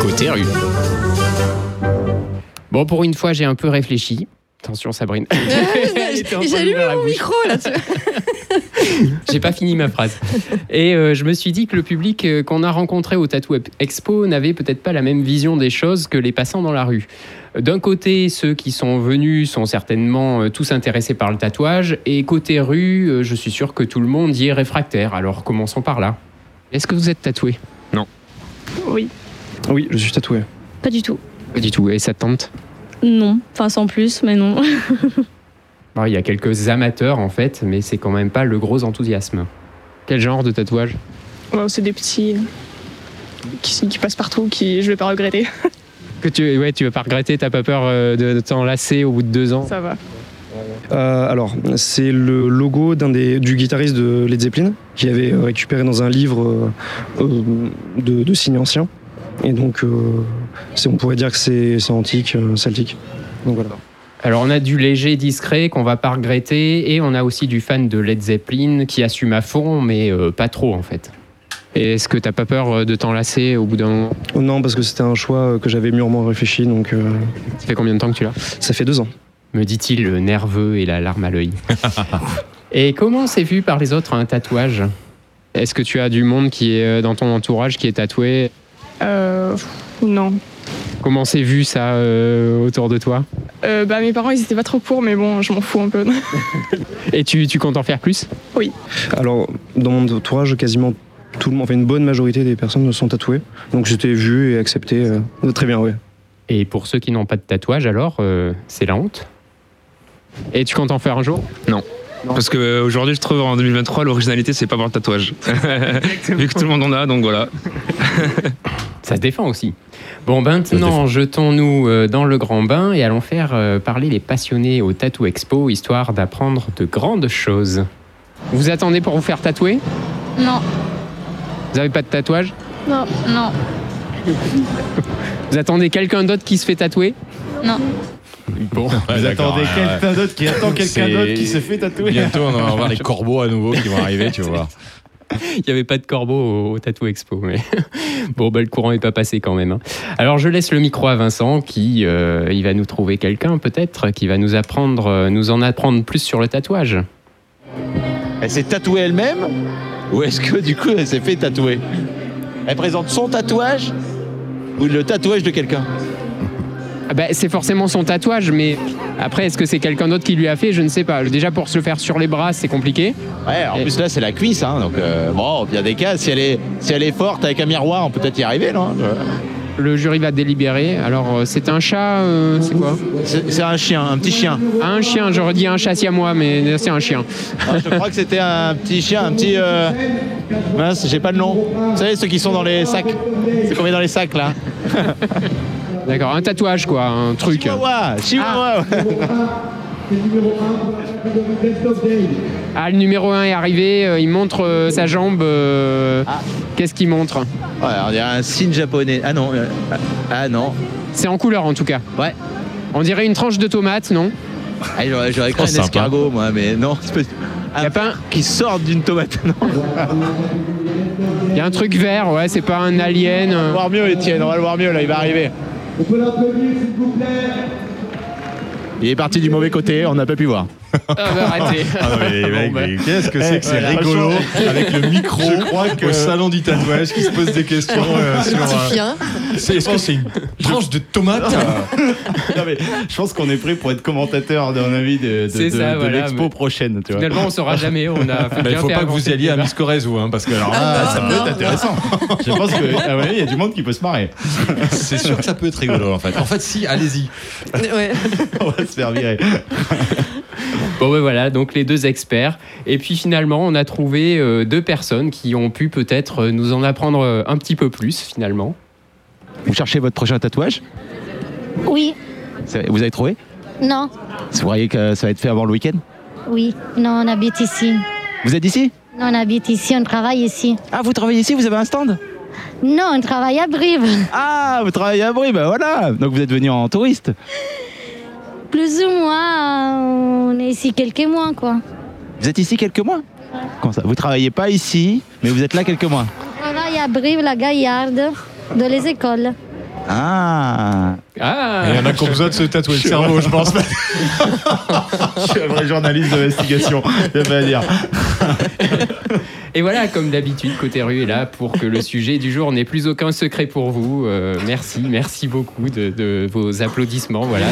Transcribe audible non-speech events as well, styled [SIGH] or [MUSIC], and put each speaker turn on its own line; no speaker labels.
Côté [LAUGHS] rue.
Bon, pour une fois, j'ai un peu réfléchi.
[LAUGHS]
Attention, Sabrine. [LAUGHS] Elle était en train
J'allume
d'ouvrir la
mon
bouche.
micro là. tu-
[LAUGHS] J'ai pas fini ma phrase. Et euh, je me suis dit que le public euh, qu'on a rencontré au Tattoo Expo n'avait peut-être pas la même vision des choses que les passants dans la rue. D'un côté, ceux qui sont venus sont certainement euh, tous intéressés par le tatouage, et côté rue, euh, je suis sûr que tout le monde y est réfractaire. Alors commençons par là. Est-ce que vous êtes tatoué
Oui.
Oui, je suis tatoué.
Pas du tout.
Pas du tout. Et ça tente
Non. Enfin, sans plus, mais non. [LAUGHS]
Bon, Il y a quelques amateurs en fait, mais c'est quand même pas le gros enthousiasme. Quel genre de tatouage
Ouais, Oh, c'est des petits euh, qui, qui passent partout, qui je vais pas regretter.
Que tu, ouais, tu vas pas regretter, t'as pas peur euh, de, de t'enlacer au bout de deux ans
Ça va.
Euh, alors, c'est le logo d'un des, du guitariste de Led Zeppelin, qui avait euh, récupéré dans un livre euh, euh, de, de signes anciens. Et donc, euh, c'est- on pourrait dire que c'est c'est antique, euh, celtique. Donc voilà.
Alors on a du léger discret qu'on va pas regretter et on a aussi du fan de Led Zeppelin qui assume à fond mais euh, pas trop en fait. Et Est-ce que t'as pas peur euh, de t'enlacer au bout d'un moment
Oh non, parce que c'était un choix euh, que j'avais mûrement réfléchi, donc euh,
Ça fait combien de temps que tu l'as
ça fait deux ans.
Me dit-il euh, nerveux et la larme à l'œil. [LAUGHS] et comment c'est vu par les autres un tatouage Est-ce que tu as du monde qui est euh, dans ton entourage qui est tatoué
Euh, pff, non.
Comment c'est vu ça euh, autour de toi
Euh, bah mes parents ils étaient pas trop pour, mais bon, je m'en fous un peu.
Et tu, tu comptes en faire plus
Alors, dans mon entourage, quasiment tout le monde, enfin une bonne majorité des personnes sont tatouées, donc j'étais vu et accepté euh, très bien, ouais.
Et pour ceux qui n'ont pas de tatouage, alors, euh, c'est la honte. Et tu comptes en faire un jour
Parce que euh, aujourd'hui, je trouve en 2023, l'originalité, c'est pas avoir de tatouage. [LAUGHS] Vu que tout le monde en a, donc voilà.
Ça se défend aussi. Bon,
se
maintenant, jetons-nous euh, dans le grand bain et allons faire euh, parler les passionnés au Tattoo Expo, histoire d'apprendre de grandes choses. Vous attendez pour vous faire tatouer
Non,
Vous n'avez pas de tatouage
non, non.
Vous attendez quelqu'un d'autre qui se fait tatouer
Bon,
Vous attendez quelqu'un d'autre qui attend quelqu'un
C'est-
d'autre qui se fait tatouer.
Bientôt, on va voir les corbeaux à nouveau qui vont arriver, tu vois.
[LAUGHS] Il n'y avait pas de corbeau au, au Tattoo Expo. Mais... [LAUGHS] bon, bah, le courant n'est pas passé quand même. hein. Alors, je laisse le micro à Vincent qui euh, il va nous trouver quelqu'un, peut-être, qui va nous apprendre, euh, nous en apprendre plus sur le tatouage.
Elle s'est tatouée elle-même Ou est-ce que du coup elle s'est fait tatouer Elle présente son tatouage ou le tatouage de quelqu'un
Ah bah, c'est forcément son tatouage, mais après, est-ce que c'est quelqu'un d'autre qui lui a fait Je ne sais pas. Déjà, pour se le faire sur les bras, c'est compliqué.
Ouais, en
Et-
plus là c'est la cuisse, hein, donc euh, bon, il y a des cas, si elle, est, si elle est forte avec un miroir, on peut peut-être y arriver, non
Le jury va délibérer. Alors, euh, c'est un chat, euh, c'est quoi
C'est c'est un chien, un petit chien.
Un chien, j'aurais dit un chat si à moi, mais c'est un chien.
Ah, je crois que c'était un petit chien, un petit... euh, Mince, j'ai pas le nom. Vous savez, ceux qui sont dans les sacs Ceux qu'on met dans les sacs là
D'accord, un tatouage, quoi, un truc.
Chihuahua Chihuahua
Ah, le numéro 1 est arrivé, euh, il montre euh, sa jambe. euh,
Ah.
Qu'est-ce qu'il montre
Ouais, on dirait un signe japonais. Ah non, euh, ah- ah non.
C'est en couleur en tout cas.
Ouais.
On dirait une tranche de tomate, non
Ah, j'aurais, j'aurais cru
Oh,
un
sympa.
escargot, moi, mais non. c'est pas-
Il y a pas un-
qui sort d'une tomate. [LAUGHS] Non.
Il y a un truc vert, ouais, c'est pas un alien.
On va le
euh.
voir mieux, Étienne. On va le voir mieux, là. Il va arriver. Il est parti du mauvais côté. On n'a pas pu voir.
Ah, bah, arrêtez.
Ah non, mais [LAUGHS] les mecs,
bah.
mais qu'est-ce que
Eh,
c'est que c'est
franchement,
rigolo
[LAUGHS]
avec le micro
je crois que-
au salon du tatouage qui se pose des questions [LAUGHS] euh, sur. euh,
Bien.
C'est- Est-ce que c'est une tranche de tomate
Non, mais je pense qu'on est prêt pour être commentateur, à mon avis, de, de-
C'est
de-
ça,
de
voilà,
l'expo
mais-
prochaine. Tu vois.
Finalement, on saura jamais. On a
Bah, Il
bien
faut
fait
pas que vous
avancer
y alliez
le
à
débat.
Miss Corrèze, hein, parce que alors là,
Ah, ça peut
non,
être intéressant. Je pense que, ah ouais, il y a du monde qui peut se marrer.
c'est sûr que ça peut être rigolo en fait. En fait, si, allez-y.
Ouais.
On va se faire virer.
Bon, ben voilà, donc les deux experts. Et puis finalement, on a trouvé euh, deux personnes qui ont pu peut-être euh, nous en apprendre euh, un petit peu plus finalement.
Vous cherchez votre prochain tatouage
Oui,
C'est- Vous avez trouvé
non,
Vous croyez que ça va être fait avant le week-end
oui, non, on habite ici.
Vous êtes ici
Non, on habite ici, on travaille ici.
Ah, vous travaillez ici Vous avez un stand
Non, on travaille à Brive, [LAUGHS]
Ah, vous travaillez à Brie Ben voilà. Donc vous êtes venu en touriste.
plus ou moins, euh, on est ici quelques mois, quoi.
Vous êtes ici quelques mois Comment ça Vous travaillez pas ici, mais vous êtes là quelques mois.
On travaille travaille à Brive-la-Gaillarde, dans les écoles.
Ah
Ah
Il y en a qui ont besoin de se tatouer le cerveau, je pense.
Je suis un vrai journaliste [LAUGHS] d'investigation, je vais dire.
Et voilà, comme d'habitude, Côté Rue est là pour que le sujet du jour n'ait plus aucun secret pour vous. Euh, merci, merci beaucoup de, de vos applaudissements. Voilà.